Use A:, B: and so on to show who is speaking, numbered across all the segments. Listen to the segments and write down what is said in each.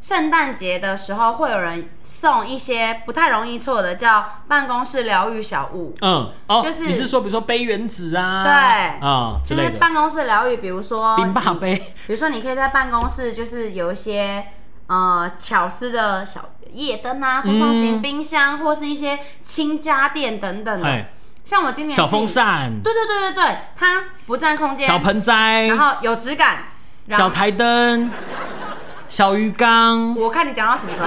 A: 圣诞节的时候会有人送一些不太容易错的，叫办公室疗愈小物，
B: 嗯，哦，
A: 就是
B: 你是说比如说杯原子啊，
A: 对
B: 啊、之
A: 就是
B: 类的，
A: 办公室疗愈，比如说
B: 冰霸
A: 你
B: 杯，
A: 比如说，你可以在办公室就是有一些呃巧思的小夜灯啊，桌上型冰箱、或是一些轻家电等等的。
B: 哎，
A: 像我今年
B: 小风
A: 自己，
B: 扇，
A: 对对对对对，它不占空间，
B: 小盆栽，
A: 然后有质感。然
B: 小
A: 后
B: 台灯，小鱼缸，
A: 我看你讲到什么时候？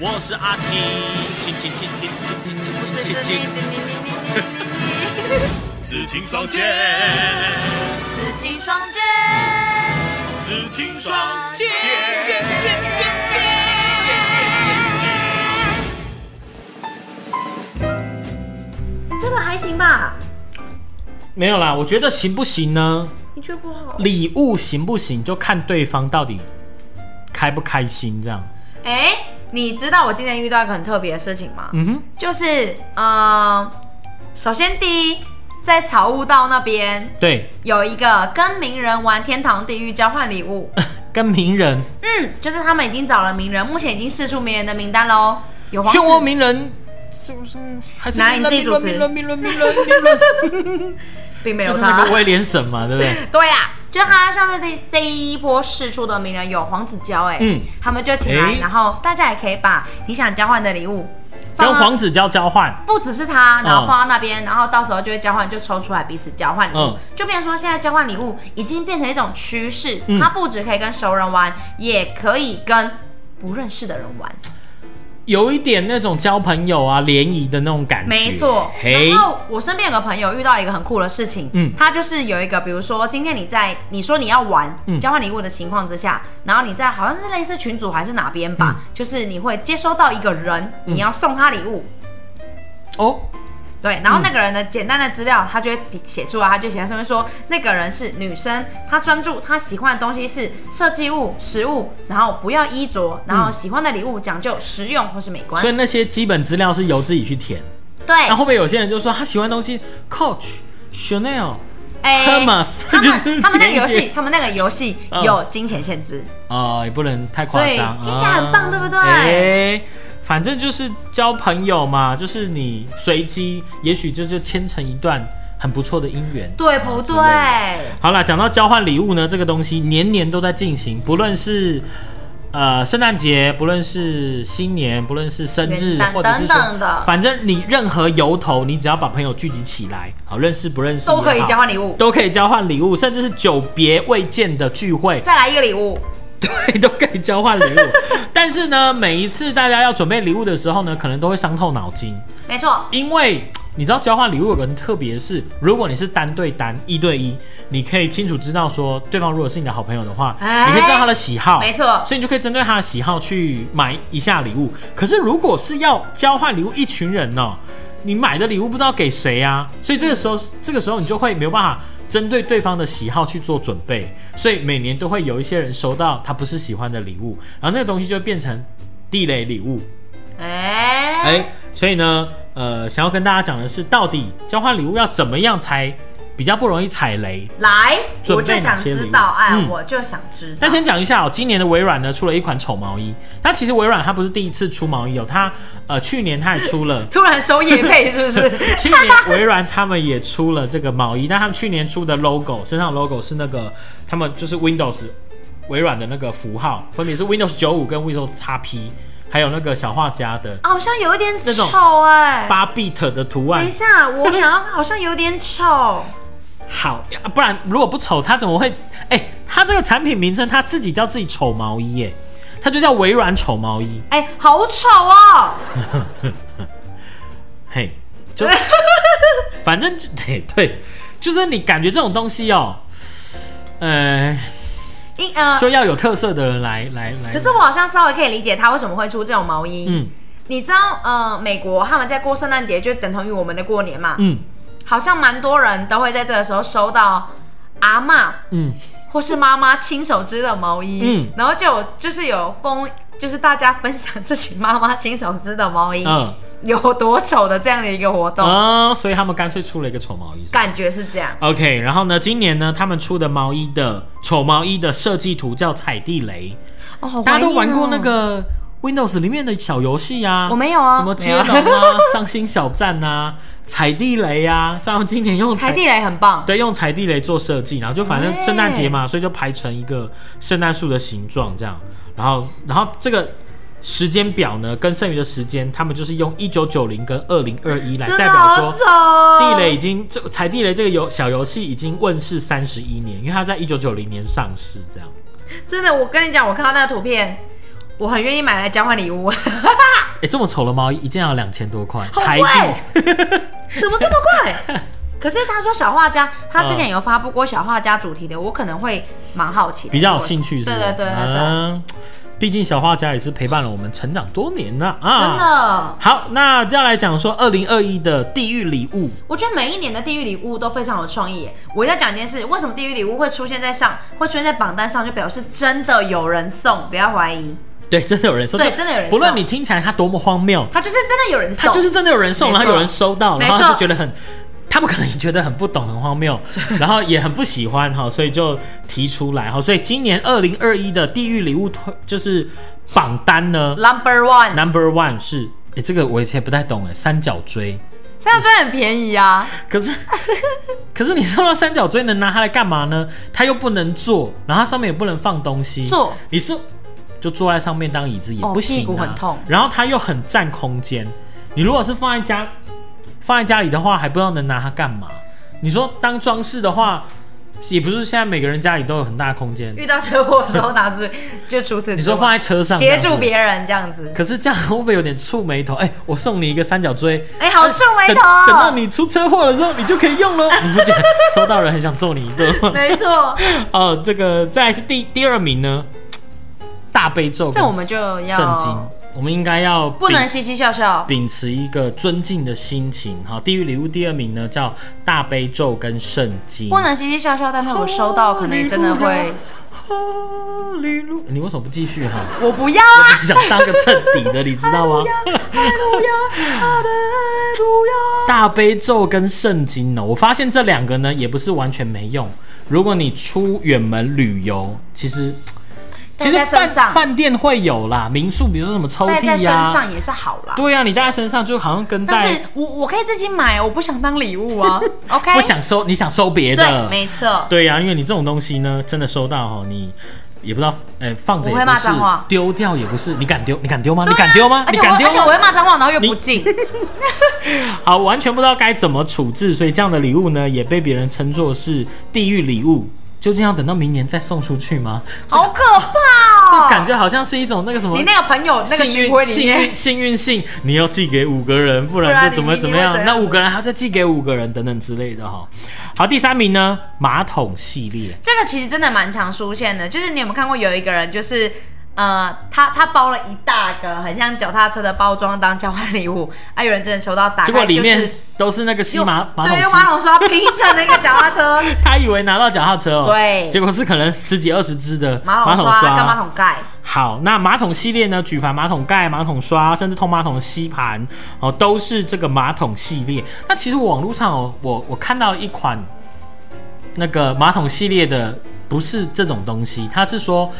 B: 我是阿青，青青青青青青青
A: 是是是是是是是，
B: 紫青双剑，
A: 紫青双剑，
B: 紫青双剑。
A: 剑剑剑剑剑。这个还行吧？
B: 没有啦，我觉得行不行呢？
A: 你觉得不好？
B: 礼物行不行，就看对方到底开不开心这样。
A: 哎、你知道我今天遇到一个很特别的事情吗？
B: 嗯哼，
A: 就是，呃，首先第一，在草悟道那边
B: 对，
A: 有一个跟名人玩天堂地狱交换礼物，
B: 跟名人
A: 嗯，就是他们已经找了名人，目前已经试出名人的名单喽，有黄
B: 漩涡
A: 子，
B: 名人是不是？还是
A: 哪你自己主持
B: 名人名人名人名人，名人
A: 并 没
B: 就
A: 有
B: 是那
A: 他
B: 个，威廉什嘛，对不 对？
A: 对啦，啊就是他像是这这一波试出的名人有黄子佼，哎，
B: 嗯
A: 他们就请来，
B: 哎
A: 然后大家也可以把你想交换的礼物放
B: 跟
A: 到
B: 黄子佼交换，
A: 不只是他，然后
B: 嗯
A: 放到那边，然后到时候就会交换，就抽出来彼此交换礼物，
B: 嗯
A: 就变成说现在交换礼物已经变成一种趋势，
B: 嗯
A: 它不只可以跟熟人玩，也可以跟不认识的人玩，
B: 有一点那种交朋友啊、联谊的那种感觉。
A: 没错。
B: 嘿
A: 然，后我身边有个朋友遇到一个很酷的事情，
B: 嗯
A: 他就是有一个，比如说今天你在你说你要玩、
B: 嗯
A: 交换礼物的情况之下，然后你在好像是类似群组还是哪边吧，
B: 嗯
A: 就是你会接收到一个人，你要送他礼物，
B: 哦，
A: 对，然后那个人的简单的资料，他就会写出来，他就写在上面说，那个人是女生，她专注她喜欢的东西是设计物、食物，然后不要衣着，然后喜欢的礼物讲究实用或是美观
B: 嗯所。以那些基本资料是由自己去填。
A: 对，
B: 那后面有些人就说他喜欢的东西，Coach、Chanel、
A: 哎
B: Hermes，
A: 他
B: 就
A: 们
B: 是
A: 他们那个
B: 填
A: 游
B: 写
A: 戏，他们那个游戏
B: 嗯
A: 有金钱限制，
B: 哦，也不能太夸
A: 所
B: 张，
A: 以听起来很棒
B: 啊
A: 对不对
B: 哎反正就是交朋友嘛，就是你随机，也许这就牵成一段很不错的姻缘，
A: 对不
B: 啊之
A: 对
B: 类？的好啦，讲到交换礼物呢，这个东西年年都在进行，不论是呃圣诞节，不论是新年，不论是生日
A: 元，旦
B: 或者是
A: 等等
B: 说
A: 的
B: 反正你任何由头，你只要把朋友聚集起来，好认识不认识也
A: 都
B: 好
A: 可以交，换礼物，
B: 都可以交换礼物，甚至是久别未见的聚会，
A: 再来一个礼物，
B: 对，都可以交换礼物。但是呢，每一次大家要准备礼物的时候呢，可能都会伤透脑筋，
A: 没错，
B: 因为你知道交换礼物有个很特别的是，如果你是单对单一对一，你可以清楚知道说对方如果是你的好朋友的话，
A: 哎
B: 你可以知道他的喜好，
A: 没错
B: 所以你就可以针对他的喜好去买一下礼物。可是如果是要交换礼物，一群人呢、你买的礼物不知道给谁啊，所以这个时候，这个时候你就会没有办法。针对对方的喜好去做准备，所以每年都会有一些人收到他不是喜欢的礼物，然后那个东西就会变成地雷礼物。
A: 哎、
B: 哎、所以呢，呃，想要跟大家讲的是，到底交换礼物要怎么样才比较不容易踩雷？
A: 来，
B: 准
A: 我
B: 备
A: 就
B: 哪
A: 想
B: 些礼
A: 知
B: 物
A: 道，哎、
B: 嗯
A: 我就想知道，
B: 那，先讲一下哦，今年的微软呢出了一款丑毛衣。那其实微软它不是第一次出毛衣哦，它呃去年它也出了
A: 突然收夜配是不 是？
B: 去年微软他们也出了这个毛衣，但他们去年出的 logo 身上的 logo 是那个他们就是 Windows 微软的那个符号，分别是 Windows 九五跟 Windows XP，还有那个小画家的
A: 好像有一点
B: 那种
A: 丑哎、
B: 八 bit 的图
A: 等
B: 案
A: 一。下，我想要好像有点丑，
B: 好，啊不然如果不丑，他怎么会？哎、他这个产品名称他自己叫自己丑毛衣耶，他就叫微软丑毛衣，
A: 哎、 好丑哦！
B: 嘿， 就反正 就对对，就是你感觉这种东西哦，呃，
A: 一呃，
B: 就要有特色的人来来来，
A: 可是我好像稍微可以理解他为什么会出这种毛衣。
B: 嗯
A: 你知道，呃，美国他们在过圣诞节就等同于我们的过年嘛，
B: 嗯
A: 好像蛮多人都会在这个时候收到阿嬷
B: 嗯，
A: 或是妈妈亲手织的毛衣，
B: 嗯
A: 然后就有就是有风，就是大家分享自己妈妈亲手织的毛衣，
B: 嗯，
A: 有多丑的这样的一个活动，
B: 啊，所以他们干脆出了一个丑毛衣。
A: 感觉是这样。
B: OK，然后呢，今年呢，他们出的毛衣的丑毛衣的设计图叫踩地雷，
A: 哦，好
B: 大家都
A: 怀
B: 玩
A: 念
B: 过那
A: 哦
B: 个 Windows 里面的小游戏啊，
A: 我没有啊
B: 什么接龙啊、 上星小站啊、踩地雷啊，像我今年用
A: 踩地雷很棒，
B: 对，用踩地雷做设计，然后就反正
A: 哎
B: 圣诞节嘛，所以就排成一个圣诞树的形状这样。然后，然后这个时间表呢，跟剩余的时间，他们就是用一九九零跟二零二一来
A: 真
B: 代
A: 的啊
B: 表
A: 好
B: 说，
A: 丑。
B: 地雷已经这踩地雷这个游小游戏已经问世三十一年，因为它在一九九零年上市这样。
A: 真的，我跟你讲，我看到那个图片，我很愿意买来交换礼物。
B: 哎，这么丑的毛衣一件要两千多块，
A: 好
B: 台币。
A: 怎么这么快？可是他说小画家，他之前有发布过小画家主题的，我可能会蛮好奇的，
B: 比较有兴趣是
A: 对
B: 吧？
A: 对对对对，
B: 嗯，毕竟小画家也是陪伴了我们成长多年呐啊，
A: 真。的，
B: 好，那接下来讲说二零二一的地狱礼物，
A: 我觉得每一年的地狱礼物都非常有创意耶。我一定要讲一件事，为什么地狱礼物会出现在上，会出现在榜单上，就表示真的有人送，不要怀疑，
B: 对，真的有人送，
A: 对
B: 就
A: 真的有人送
B: 不论你听起来它多么荒谬，
A: 他就是真的有人
B: 它
A: 送，
B: 就是真的有人送，
A: 没错
B: 然后有人收到，
A: 没
B: 然
A: 错
B: 后他就觉得很。他们可能也觉得很不懂、很 荒谬，然后也很不喜欢哈，所以就提出来哈。所以今年二零二一的地狱礼物推就是榜单呢
A: number one，
B: ，Number One 是，哎、这个我以前不太懂哎，三角锥。
A: 三角锥很便宜啊，
B: 可是，可是你送到三角锥能拿它来干嘛呢？它又不能坐，然后它上面也不能放东西。
A: 坐，
B: 你是就坐在上面当椅子也
A: 哦
B: 不行、啊
A: 屁股很痛
B: 然后它又很占空间。你如果是放在家，放在家里的话，还不知道能拿它干嘛。你说当装饰的话，也不是现在每个人家里都有很大的空间。
A: 遇到车祸的时候拿出去，就除此之外
B: 你说放在车上
A: 协
B: 这样
A: 助
B: 子
A: 别人这样子，
B: 可是这样会不会有点触眉头？哎、我送你一个三角锥，
A: 哎、好皱眉
B: 等
A: 头哦，
B: 等到你出车祸的时候，你就可以 用喽。你不觉得收到人很想揍你一顿吗？
A: 没错，
B: 哦，这个再来是第第二名呢，大悲咒跟
A: 这我们就要
B: 圣经，我们应该要
A: 不能嘻嘻笑笑。
B: 秉持一个尊敬的心情哈。地狱礼物第二名呢叫大悲咒跟圣经，
A: 不能嘻嘻笑笑，但是我收到可能也真的会，
B: 哈利路，你为什么不继续哈？
A: 我不要啊！
B: 想当个衬底的，你知道
A: 哎
B: 吗？
A: 啊
B: 大悲咒跟圣经呢，我发现这两个呢也不是完全没用。如果你出远门旅游，其实
A: 带
B: 其
A: 在
B: 实
A: 身
B: 饭
A: 上
B: 饭店会有啦，民宿比如说什么抽
A: 带在
B: 屉
A: 身
B: 呀、
A: 上也是好啦。
B: 啊对呀、你带在身上就好像跟
A: 但
B: 带
A: 是我我可以自己买，我不想当礼物 啊。OK，
B: 不想收，你想收别
A: 哎对，
B: 的，
A: 没错，
B: 对呀、因为你这种东西呢，真的收到哈，你也不知道，呃，放着
A: 我
B: 也
A: 会
B: 不
A: 骂
B: 是
A: 脏话，
B: 丢掉也不是，你敢丢？你敢丢吗？你敢丢吗？
A: 而
B: 你
A: 且我
B: 敢
A: 而
B: 丢
A: 且我
B: 吗？
A: 会骂脏话，然后又不进，
B: 好，完全不知道该怎么处置，所以这样的礼物呢，也被别人称作是地狱礼物。究竟要等到明年再送出去吗？
A: 好可怕哦！
B: 感觉好像是一种那个什么
A: 你。那个朋友那个
B: 幸
A: 群
B: 运
A: 会里
B: 幸
A: 面
B: 运幸运信，你要寄给五个人，不
A: 不然
B: 然
A: 你
B: 就怎么
A: 明
B: 怎
A: 年会
B: 么样
A: 怎？样
B: 那五个人还要再寄给五个人等等之类的哈。好，第三名呢，马桶系列，
A: 这个其实真的蛮常出现的，就是你有没有看过有一个人就是。呃，他他包了一大个很像脚踏车的包装当交换礼物，啊，有人真的抽到打开、
B: 结
A: 就是，
B: 果里面都是那个吸
A: 用
B: 马马
A: 对，
B: 桶
A: 用
B: 吸
A: 马桶刷拼成了一个脚踏车，
B: 他以为拿到脚踏车哦，
A: 对
B: 结果是可能十几二十支的
A: 马桶
B: 马
A: 刷跟马桶盖，
B: 好，那马桶系列呢，举凡马桶盖、马桶刷，甚至通马桶的吸盘，哦，都是这个马桶系列。那其实我网络上哦，我我看到一款那个马桶系列的，不是这种东西，它是说。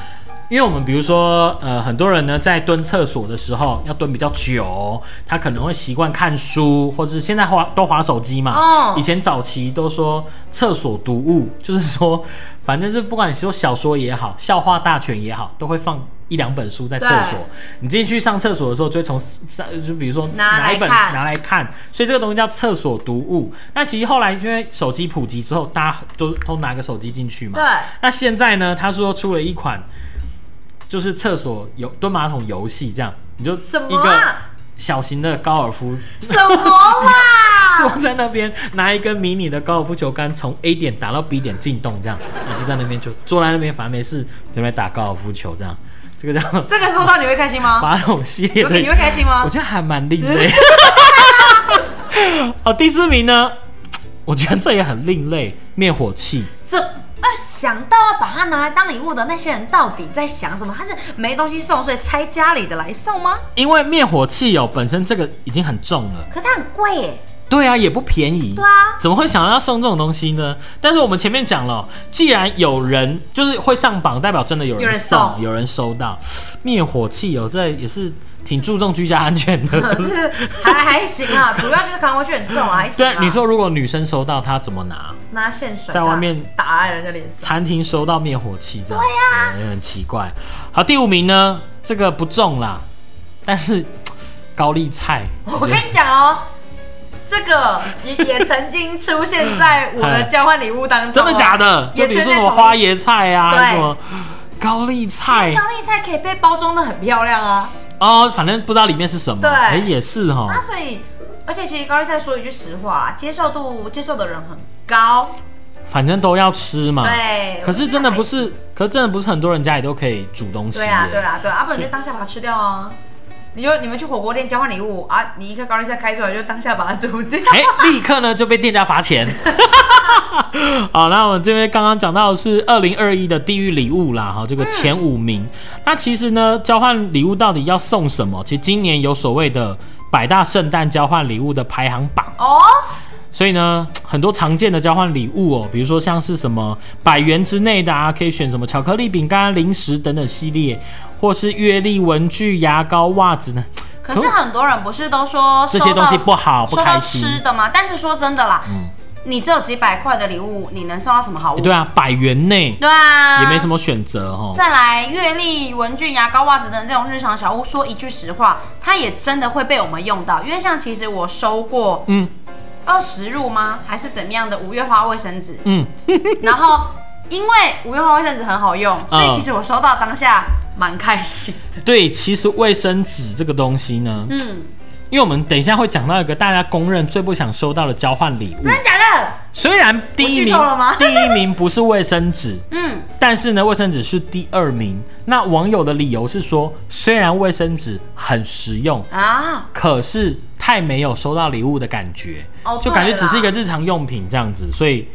B: 因为我们比如说，呃，很多人呢在蹲厕所的时候要蹲比较久，他可能会习惯看书，或是现在滑都滑手机嘛。
A: 哦
B: 以前早期都说厕所读物， 就是说，反正是不管你是小说也好，笑话大全也好，都会放一两本书在厕所
A: 对。
B: 你进去上厕所的时候，就会从上就比如说
A: 拿来
B: 一本
A: 看
B: 拿来看，所以这个东西叫厕所读物。那其实后来因为手机普及之后，大家都都拿个手机进去嘛。
A: 对，
B: 那现在呢，他说出了一款就是厕所游蹲马桶游戏，这样你就
A: 什
B: 一
A: 么
B: 个
A: 啊
B: 小型的高尔夫。
A: 什么啦？
B: 坐在那边拿一根迷你的高尔夫球杆，从 A 点打到 B 点进洞，这样，我就在那边就坐在那边，反正没事，就来打高尔夫球这样。这个叫
A: 这个收到你会开心 吗？
B: 马桶系列
A: 有
B: 的
A: 你会开心吗
B: 我？觉得还蛮 另类。哦，第四名呢，我觉得这也很另类，灭火器。
A: 这哎、要想到要把它拿来当礼物的那些人到底在想什么？他是没东西送，所以拆家里的来送吗？
B: 因为灭火器哦本身这个已经很重了，
A: 可它很贵 耶。
B: 对啊，也不便宜。
A: 对啊
B: 怎么会想要送这种东西呢？但是我们前面讲了哦，既然有人就是会上榜，代表真的有
A: 有
B: 人
A: 人
B: 送，有
A: 送
B: 人收到灭火器哦，这也是挺注重居家安全
A: 可
B: 的。
A: 是还还行 啊，主要就是扛回去很重啊，还行
B: 对
A: 啊。，
B: 你说如果女生收到，她怎么拿？
A: 拿线水啊
B: 在外面
A: 打在人家脸上，
B: 餐厅收到灭火器这样，对
A: 啊
B: 呀、也很奇怪。好，第五名呢，这个不中啦，但是高丽菜，
A: 我
B: 觉
A: 跟
B: 得
A: 你讲哦。这个也也曾经出现在我的
B: 哎
A: 交换礼物当中、啊
B: 真的假？的？就
A: 也
B: 比如说
A: 存在
B: 什么
A: 同一
B: 花椰菜啊，
A: 对
B: 还是什么高丽菜
A: 高丽菜可以被包装的很漂亮啊，
B: 哦，反正不知道里面是什么。
A: 对
B: 哎也是哈
A: 那、。所以，而且其实高丽菜说一句实话啦，接受度接受的人很高，
B: 反正都要吃嘛。
A: 对。
B: 啊可是
A: 我觉得
B: 真的不
A: 还，
B: 是，可是真的不是很多人家里都可以煮东西耶。
A: 对啊，对啦，对啊，啊不然
B: 所
A: 就
B: 以
A: 当下把它吃掉啊。你就你们去火锅店交换礼物啊，你一颗高丽菜开出来就当下把它煮 掉。
B: 哎、立刻呢就被店家罚钱。 好，那我们这边刚刚讲到的是二零二一的地狱礼物啦，哈，这个前五名。那其实呢，交换礼物到底要送什么？其实今年有所谓的百大圣诞交换礼物的排行榜。
A: 哦，
B: 所以呢，很多常见的交换礼物哦，比如说像是什么百元之内的啊，可以选什么巧克力、饼干、零食等等系列，或是月历、文具、牙膏、袜子呢，
A: 可是很多人不是都说
B: 这
A: 收
B: 些东西
A: 到
B: 不好，不
A: 说到
B: 开心。
A: 吃的嘛，但是说真的啦，你只有几百块的礼物，你能送到什么好物？
B: 诶对啊，百元内
A: 对啊，
B: 也没什么选择哦。
A: 再来，月历、文具、牙膏、袜子等这种日常小物，说一句实话，它也真的会被我们用到。因为像其实我收过
B: 嗯
A: 二十入吗，还是怎么样的五月花卫生纸，
B: 嗯，
A: 然后因为五月花卫生纸很好用，所以其实我收到当下蛮开心的。
B: 对，其实卫生纸这个东西呢，
A: 嗯，
B: 因为我们等一下会讲到一个大家公认最不想收到的交换礼物
A: 真，的假的？
B: 虽然第一
A: 我剧
B: 名
A: 透了吗
B: 第一名不是卫生纸，
A: 嗯，
B: 但是呢，卫生纸是第二名。那网友的理由是说，虽然卫生纸很实用，
A: 啊，
B: 可是太没有收到礼物的感觉，
A: 哦
B: 就感觉
A: 对啦
B: 只是一个日常用品这样子，所以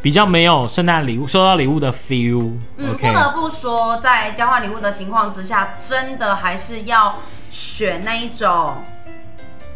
B: 比较没有圣诞礼物收到礼物的 feel、
A: 嗯，不
B: OK，
A: 得不说，在交换礼物的情况之下，真的还是要选那一种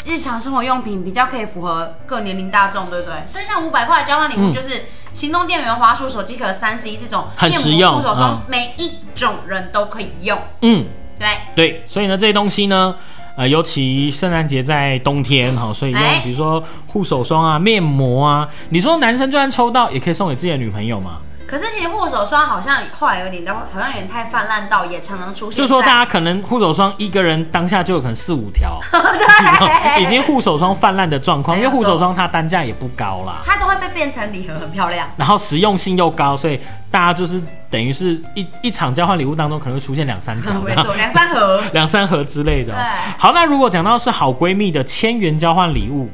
A: 日常生活用品，比较可以符合各年龄大众，对不对？所以像五百块的交换礼物，
B: 嗯
A: 就是行动电源、滑鼠、手机壳、三 C 这种
B: 很
A: 面膜
B: 实用
A: 护手霜
B: 嗯，
A: 每一种人都可以用。
B: 嗯，
A: 对，
B: 对，所以呢，这些东西呢。呃，尤其圣诞节在冬天哈、所以用
A: 哎
B: 比如说护手霜啊、面膜啊，你说男生就算抽到，也可以送给自己的女朋友嘛？
A: 可是其实护手霜好像后来有点到，好像有点太泛滥到，也常常出现在。
B: 就说大家可能护手霜一个人当下就有可能四五 条，
A: 对
B: 已经护手霜泛滥的状况，因
A: 没
B: 为
A: 有
B: 护手霜它单价也不高啦，
A: 它都会被变成礼盒，很漂亮。
B: 然后实用性又高，所以大家就是等于是一一场交换礼物当中可能会出现 两三条
A: 没错，两三 盒。
B: 两三盒之类的哦、
A: 对
B: 好，那如果讲到是好闺蜜的千元交换礼物，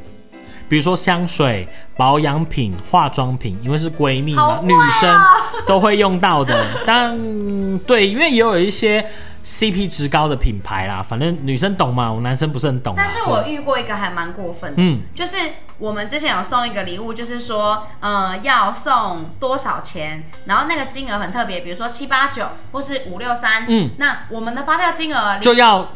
B: 比如说香水、保养品、化妆品，因为是闺蜜嘛，
A: 好
B: 女
A: 贵啊
B: 生都会用到的。但对，因为也有一些 CP 值高的品牌啦，反正女生懂嘛，我男生不是很懂啦。
A: 但是
B: 所
A: 我
B: 以
A: 遇过一个还蛮过分的，
B: 嗯
A: 就是我们之前有送一个礼物，就是说，呃，要送多少钱，然后那个金额很特别，比如说七八九或是五六三，
B: 嗯
A: 那我们的发票金额
B: 就要是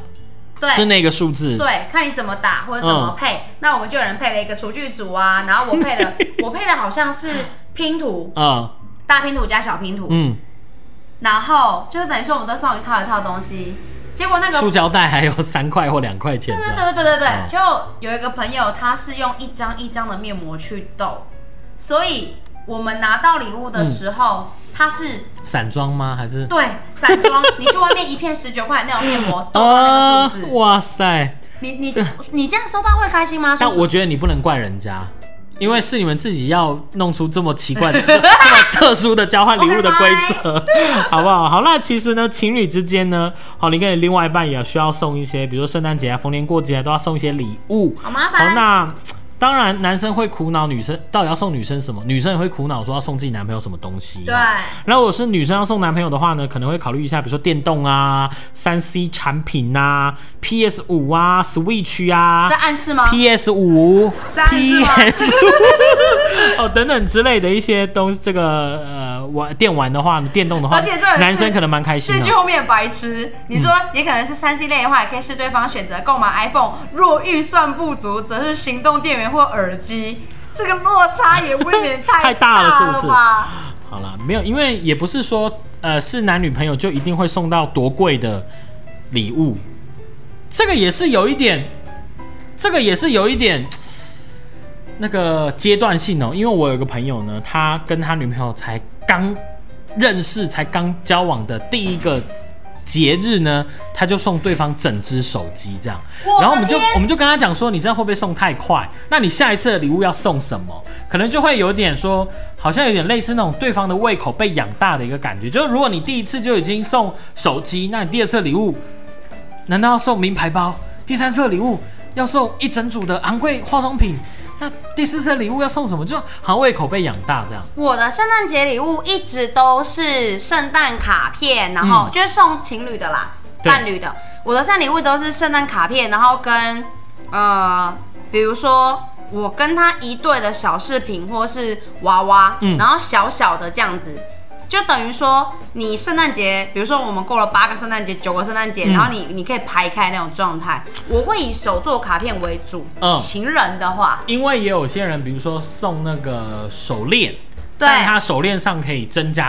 A: 对。
B: 嗯那个数字，
A: 对，看你怎么打或者怎么配，那我们就有人配了一个厨具组啊，然后我配 了，我配的好像是拼图，
B: 嗯
A: 大拼图加小拼图，
B: 嗯，
A: 然后就是等于说我们都送一套一套东西，结果那个
B: 塑胶袋还有三块或两块钱这
A: 对
B: 样。
A: 对对对对
B: 嗯
A: 对，就有一个朋友，他是用一张一张的面膜去痘，所以我们拿到礼物的时候，他是
B: 散装吗？还是？
A: 对散装，你去外面一片十九块的那种面膜，痘到那个数字，
B: 啊哇塞！
A: 你你你这样收到会开心吗？
B: 但
A: 叔叔
B: 我觉得你不能怪人家，因为是你们自己要弄出这么奇怪的、这 么特殊的交换礼物的规则，好不好？好，那其实呢，情侣之间呢，好，你跟你另外一半也需要送一些，比如说圣诞节啊、逢年过节啊，都要送一些礼物。
A: 好麻
B: 好，
A: 烦，
B: 那当然，男生会苦恼女生到底要送女生什么，女生也会苦恼说要送自己男朋友什么东西。
A: 对，
B: 然后我是女生要送男朋友的话呢，可能会考虑一下，比如说电动啊、三 C 产品啊、PS 五啊、Switch 啊
A: 在、暗示吗？
B: PS 五、
A: 在暗示吗
B: PS 五哦等等之类的一些东西，这个呃玩电玩的话，电动的话
A: 而且这个，是
B: 男生可能蛮开心
A: 这
B: 的
A: 句。后面白痴，你说也可能是三 C 类的话，也可以是对方选择购买 iPhone。若预算不足，则是行动电源或耳机。这个落差也未免
B: 太
A: 大
B: 大了是不
A: 吧？
B: 是好啦，没有，因为也不是说呃是男女朋友就一定会送到多贵的礼物，这个也是有一点，这个也是有一点那个阶段性哦、因为我有个朋友呢，他跟他女朋友才刚认识，才刚交往的第一个。节日呢，他就送对方整只手机这样，
A: 我的
B: 然后我们就
A: 天
B: 我们就跟他讲说，你这样会不会送太快？那你下一次的礼物要送什么？可能就会有点说，好像有点类似那种对方的胃口被养大的一个感觉。就是如果你第一次就已经送手机，那你第二次的礼物难道要送名牌包？第三次的礼物要送一整组的昂贵化妆品？那第四次的礼物要送什么？就好像胃口被养大这样。
A: 我的圣诞节礼物一直都是圣诞卡片，然后
B: 嗯
A: 就是送情侣的啦，
B: 对
A: 伴侣的。我的圣诞礼物都是圣诞卡片，然后跟呃，比如说我跟他一对的小饰品或是娃娃，
B: 嗯
A: 然后小小的这样子。就等于说，你圣诞节，比如说我们过了八个圣诞节、九个圣诞节，
B: 嗯
A: 然后你你可以排开那种状态。我会以手做卡片为主，
B: 嗯
A: 情人的话，
B: 因为也有些人，比如说送那个手链，
A: 对
B: 但他手链上可以增加，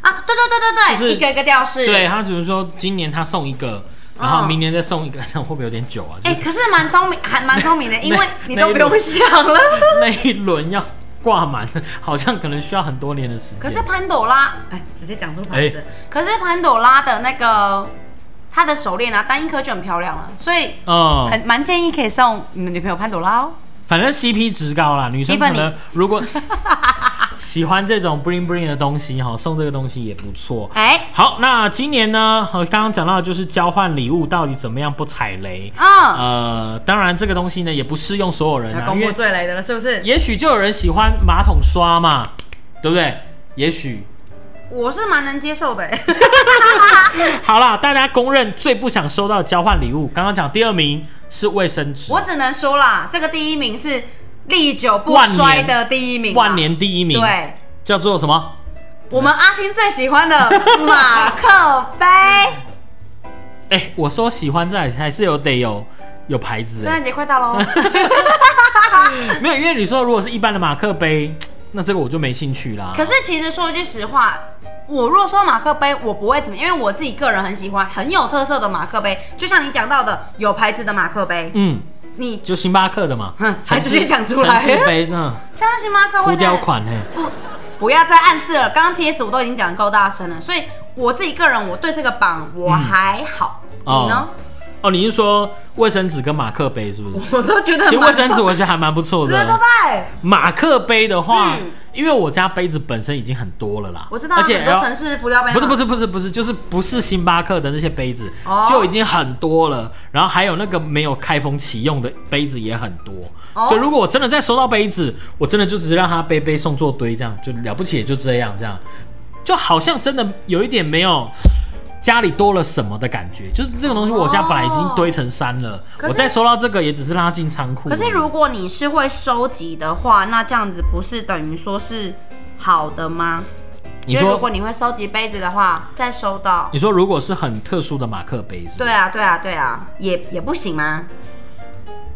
A: 啊，对对对对对，
B: 就是
A: 一个一个吊饰，
B: 对他只是说今年他送一个，然后
A: 嗯
B: 明年再送一个，这 样会不会有点久啊？就
A: 哎、
B: 是
A: 可是蛮聪明，还蛮聪明 的，因为
B: 那
A: 你都不用想了。
B: 那一轮要挂满， 好像可能需要很多年的时间。
A: 可是潘朵拉，哎、直接讲出牌子。
B: 哎
A: 可是潘朵拉的那个她的手链啊，单一颗就很漂亮了，所以
B: 嗯，
A: 很蛮建议可以送你们女朋友潘朵拉哦。
B: 反正 CP 值高啦，女生可能 如果喜欢这种 bling bling 的东西哈，送这个东西也不错。
A: 哎、
B: 好，那今年呢，呃刚刚讲到的就是交换礼物到底怎么样不踩雷。
A: 嗯，
B: 呃，当然这个东西呢也不适用所有人啊，因为
A: 最雷的了，是不是？
B: 也许就有人喜欢马桶刷嘛，对不对？也许
A: 我是蛮能接受的、 哎
B: 好啦，大家公认最不想收到的交换礼物，刚刚讲第二名是卫生纸，
A: 我只能说啦，这个第一名是历久不
B: 万年
A: 衰的第一名啊，
B: 万年第一名，，
A: 对。
B: 叫做什么？
A: 我们阿星最喜欢的马克 杯，
B: 哎、我说喜欢这还还是有得有有牌子
A: 圣
B: 哎、
A: 诞节快到喽。
B: 没有，因为你说如果是一般的马克杯，那这个我就没兴趣啦。
A: 可是其实说一句实话，我若说马克杯，我不会怎么样，因为我自己个人很喜欢很有特色的马克杯，就像你讲到的有牌子的马克杯，
B: 嗯，
A: 你
B: 就星巴克的嘛，
A: 哼还
B: 城
A: 直
B: 市
A: 接讲出来
B: 城市杯 嗯，
A: 像星巴克
B: 浮
A: 会这
B: 雕
A: 样
B: 款哎、
A: 不不要再暗示了，刚刚 PS 我都已经讲得够大声了，所以我自己个人我对这个榜我还好，
B: 嗯哦
A: 你呢？
B: 哦，你是说卫生纸跟马克杯是不是？
A: 我都觉得
B: 其实
A: 蛮
B: 卫生纸我觉得还蛮不错
A: 对对
B: 的。
A: 对，
B: 马克杯的话，
A: 嗯
B: 因为我家杯子本身已经很多了啦，
A: 我知道啊
B: 而且
A: 很多
B: 要
A: 城市浮雕杯嘛，
B: 不是不是不是不是，就是不是星巴克的那些杯子、
A: 哦
B: 就已经很多了，然后还有那个没有开封启用的杯子也很多、
A: 哦
B: 所以如果我真的再收到杯子，我真的就只是让它杯杯送作堆这样，就了不起也就这样这样，就好像真的有一点没有。家里多了什么的感觉，就是这个东西，我家本来已经堆成山了，
A: 可
B: 我
A: 是
B: 再收到这个也只是让它进仓库而
A: 可
B: 已。
A: 是如果你是会收集的话，那这样子不是等于说是好的吗？
B: 你
A: 就是如
B: 说
A: 果你会收集杯子的话，再收到。
B: 你说如果是很特殊的马克杯是不是？
A: 对啊，对啊，对啊，也也不行吗？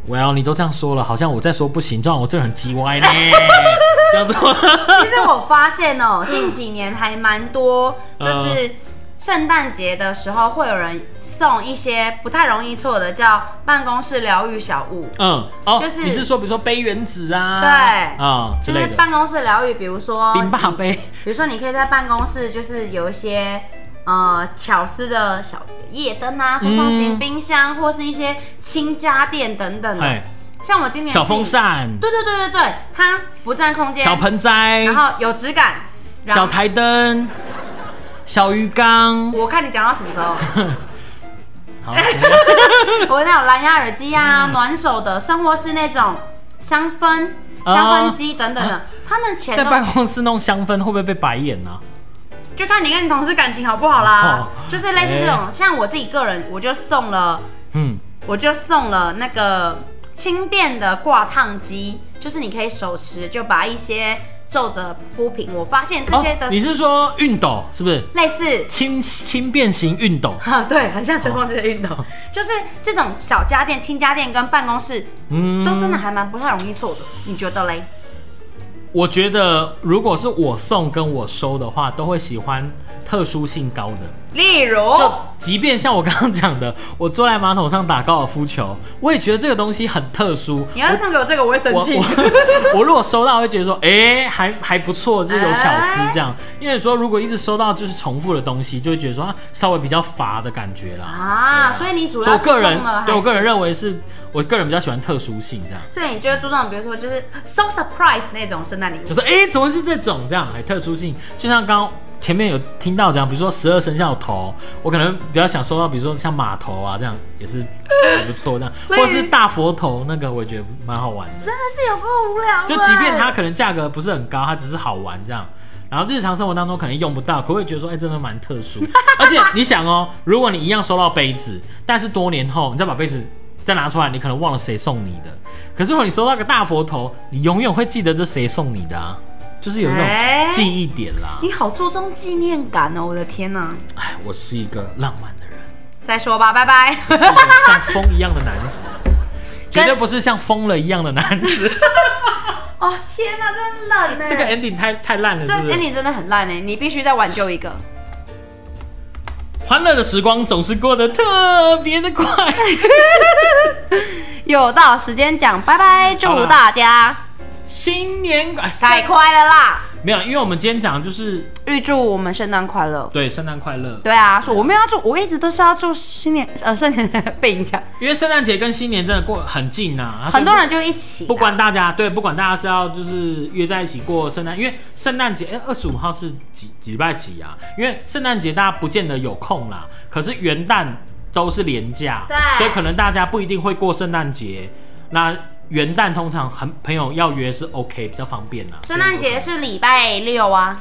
B: ，Well，你都这样说了，好像我在说不行，这样我这人很叽歪 呢，这样子吗。
A: 其实我发现哦、近几年还蛮多，
B: 嗯
A: 就是圣诞节的时候会有人送一些不太容易错的，叫办公室疗愈小物。
B: 嗯，哦，
A: 就是
B: 你是说比如说杯原子啊，
A: 对
B: 啊、之
A: 就
B: 类
A: 是
B: 的，
A: 办公室疗愈，比如说
B: 冰霸杯，
A: 比如说，你可以在办公室就是有一些呃巧思的小夜灯啊，
B: 嗯
A: 桌上型冰箱、或是一些轻家电等等的。
B: 哎，
A: 像我今年
B: 小风
A: 自己，
B: 扇，
A: 对对对对对，它不占空间，
B: 小盆栽，
A: 然后有质感。然
B: 小
A: 后
B: 台灯，小鱼缸，
A: 我看你讲到什么时候？
B: 好，嗯
A: 我那有蓝牙耳机啊，暖手的，生活是那种香氛、
B: 啊
A: 香氛机等等的，他们钱
B: 在
A: 都
B: 办公室弄香氛会不会被白眼啊呢、
A: 就看你跟你同事感情好不好啦。
B: 哦
A: 就是类似这种，像我自己个人，我就送了，
B: 嗯，
A: 我就送了那个轻便的挂烫机，就是你可以手持就把一些皱褶敷平。我发现这些的、
B: 哦，你是说熨斗是不是？
A: 类似
B: 轻轻便型熨 斗，
A: 啊，对，很像吹风机的运动， 就是这种小家电、轻家电跟办公室
B: 嗯，
A: 都真的还蛮不太容易错的，你觉得嘞？
B: 我觉得如果是我送跟我收的话，都会喜欢特殊性高的。
A: 例如，
B: 就即便像我刚刚讲的， 我坐在马桶上打高尔夫球，我也觉得这个东西很特殊。
A: 你要是送给我这个，我会生
B: 我
A: 气。
B: 我 我如果收到，会觉得说，哎、还还不错，就是有巧思这
A: 啊
B: 样。因为说如果一直收到就是重复的东西，就会觉得说啊，稍微比较乏的感觉 啦。
A: 啊，所以你主
B: 所以
A: 要
B: 我个人
A: 注重了，还
B: 对
A: 是
B: 我个人认为是，我个人比较喜欢特殊性这样，
A: 所以你就会注重，比如说就是 so surprise 那种圣诞礼物，
B: 就说哎、怎么是这种这样？哎，特殊性，就像刚刚前面有听到讲，比如说十二生肖头，我可能比较想收到，比如说像马头啊这样，也是还不错这样，
A: 所
B: 或
A: 以
B: 者是大佛头那个，我也觉得蛮好玩的。
A: 真的是有够无聊的。
B: 就即便它可能价格不是很高，它只是好玩这样。然后日常生活当中可能用不到，可会觉得说，哎、真的蛮特殊。而且你想哦，如果你一样收到杯子，但是多年后你再把杯子再拿出来，你可能忘了谁送你的。可是如果你收到个大佛头，你永远会记得这谁送你的啊，就是有这种
A: 哎
B: 记忆点啦。
A: 你好注重纪念感哦，我的天哪！
B: 哎，我是一个浪漫的人，
A: 再说吧，拜 拜。
B: 是一个像风一样的男子，绝对不是像疯了一样的男子。
A: 哦天哪，真冷呢。
B: 这个 ending 太太烂了，
A: 这
B: 是不是？
A: ending 真的很烂呢，欸你必须再挽救一个。
B: 欢乐的时光总是过得特别的快。
A: 又到时间讲拜拜，
B: 好
A: 祝
B: 啦
A: 大家
B: 新年快
A: 改快乐啦！
B: 没有，因为我们今天讲的就是
A: 预祝我们圣诞快乐。
B: 对圣诞快乐，
A: 对啊，说我们要祝，我一直都是要祝新年呃圣年背一下，
B: 因为圣诞节跟新年真的过很近呐、啊，
A: 很多人就一起啊、
B: 不管大家对，不管大家是要就是约在一起过圣诞，因为圣诞节哎二十五号是几几礼拜几啊？因为圣诞节大家不见得有空啦，可是元旦都是连假，
A: 对
B: 所以可能大家不一定会过圣诞节。那元旦通常很朋友要约是 OK，比较方便啊啦。
A: 圣诞节是礼拜六啊，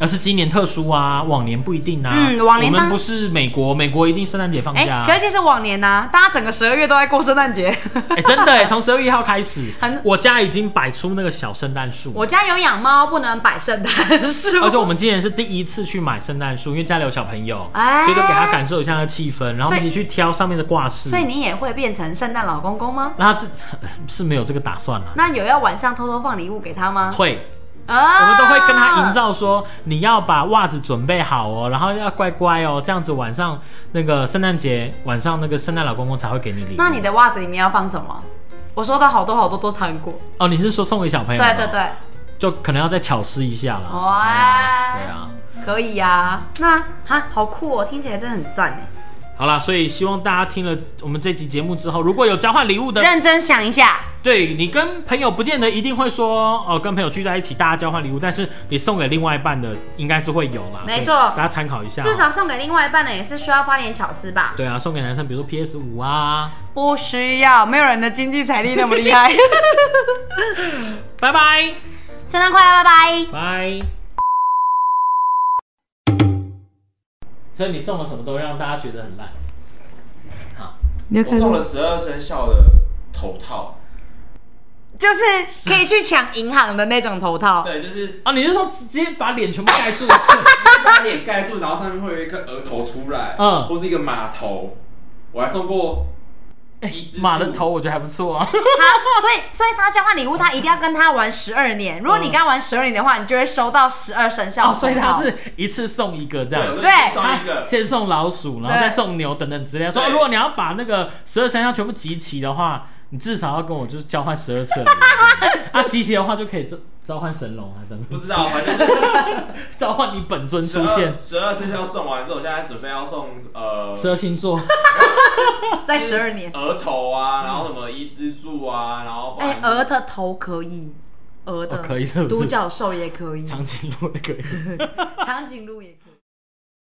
B: 而是今年特殊啊，往年不一定啊。
A: 嗯往年
B: 我
A: 当
B: 们不是美国，美国一定圣诞节放
A: 哎、
B: 假、啊。
A: 可是其实往年呢、大家整个十二月都在过圣诞节。
B: 哎、真的哎，从十二月一号开始
A: 很，
B: 我家已经摆出那个小圣诞树。
A: 我家有养猫，不能摆圣诞树。
B: 哦而且我们今年是第一次去买圣诞树，因为家里有小朋友，
A: 哎
B: 所以就给他感受一下那气氛，然后我
A: 所
B: 们
A: 以
B: 一起去挑上面的挂饰。
A: 所以你也会变成圣诞老公公吗？
B: 那他这呃是没有这个打算啦、
A: 那有要晚上偷偷放礼物给他吗？
B: 会，
A: 啊
B: 我们都会跟他营。造说，你要把袜子准备好哦，然后要乖乖哦，这样子晚上那个圣诞节晚上那个圣诞老公公才会给你礼物。
A: 那你的袜子里面要放什么？我收到好多好多都糖果。
B: 哦，你是说送给小朋友？
A: 对对，对。
B: 就可能要再巧思一下啦。
A: 哦哇
B: 哎呀对啊，
A: 可以呀、那哈好酷哦，听起来真的很赞哎。
B: 好啦，所以希望大家听了我们这期节目之后，如果有交换礼物的，
A: 认真想一下，
B: 对你跟朋友不见得一定会说哦，跟朋友聚在一起大家交换礼物，但是你送给另外一半的应该是会有啦。
A: 没
B: 所以
A: 错
B: 大家参考一下哦。
A: 至少送给另外一半的也是需要花点巧思吧？
B: 对啊，送给男生，比如说 PS 五啊，
A: 不需要，没有人的经济财力那么厉害。
B: 拜拜
A: 圣诞快乐，拜拜。
B: 拜。所以你送了什么都让大家觉得很烂。好，
A: 你
C: 我送了十二生肖的头套，
A: 就是可以去抢银行的那种头套。
C: 对，就是
B: 啊，你是说直接把脸全部盖住？
C: 把脸盖住，然后上面会有一个额头出来，
B: 嗯
C: 或是一个马头。我还送过一只
B: 马的
C: 兔
B: 哎头，我觉得还不错啊。
A: 他所以所以他交换礼物，他一定要跟他玩十二年。如果你跟他玩十二年的话，你就会收到十二生肖的头套。
B: 哦，所以他是一次送一个这
C: 对，
B: 样
C: 我。就
A: 对啊
C: 送一个，
B: 先送老鼠，然后
A: 对
B: 再送牛等等之类的。说哦
C: 对
B: 如果你要把那个十二生肖全部集齐的话，你至少要跟我就是交换十二次。 啊，集齐的话就可以召召唤神龙啊等
C: 不
B: 等，
C: 知道，反正就是
B: 召唤你本尊
C: 十
B: 出
C: 二
B: 现。
C: 十二生肖送完之后，我现在准备要送呃
B: 十二星座，
A: 在十二年。
C: 额头啊，然后什么一支柱啊，然后把
A: 哎，鹅的头可以，鹅的
B: 哦可以是不是
A: 独角兽也可以，
B: 长颈鹿那个。
A: 长颈鹿也可以。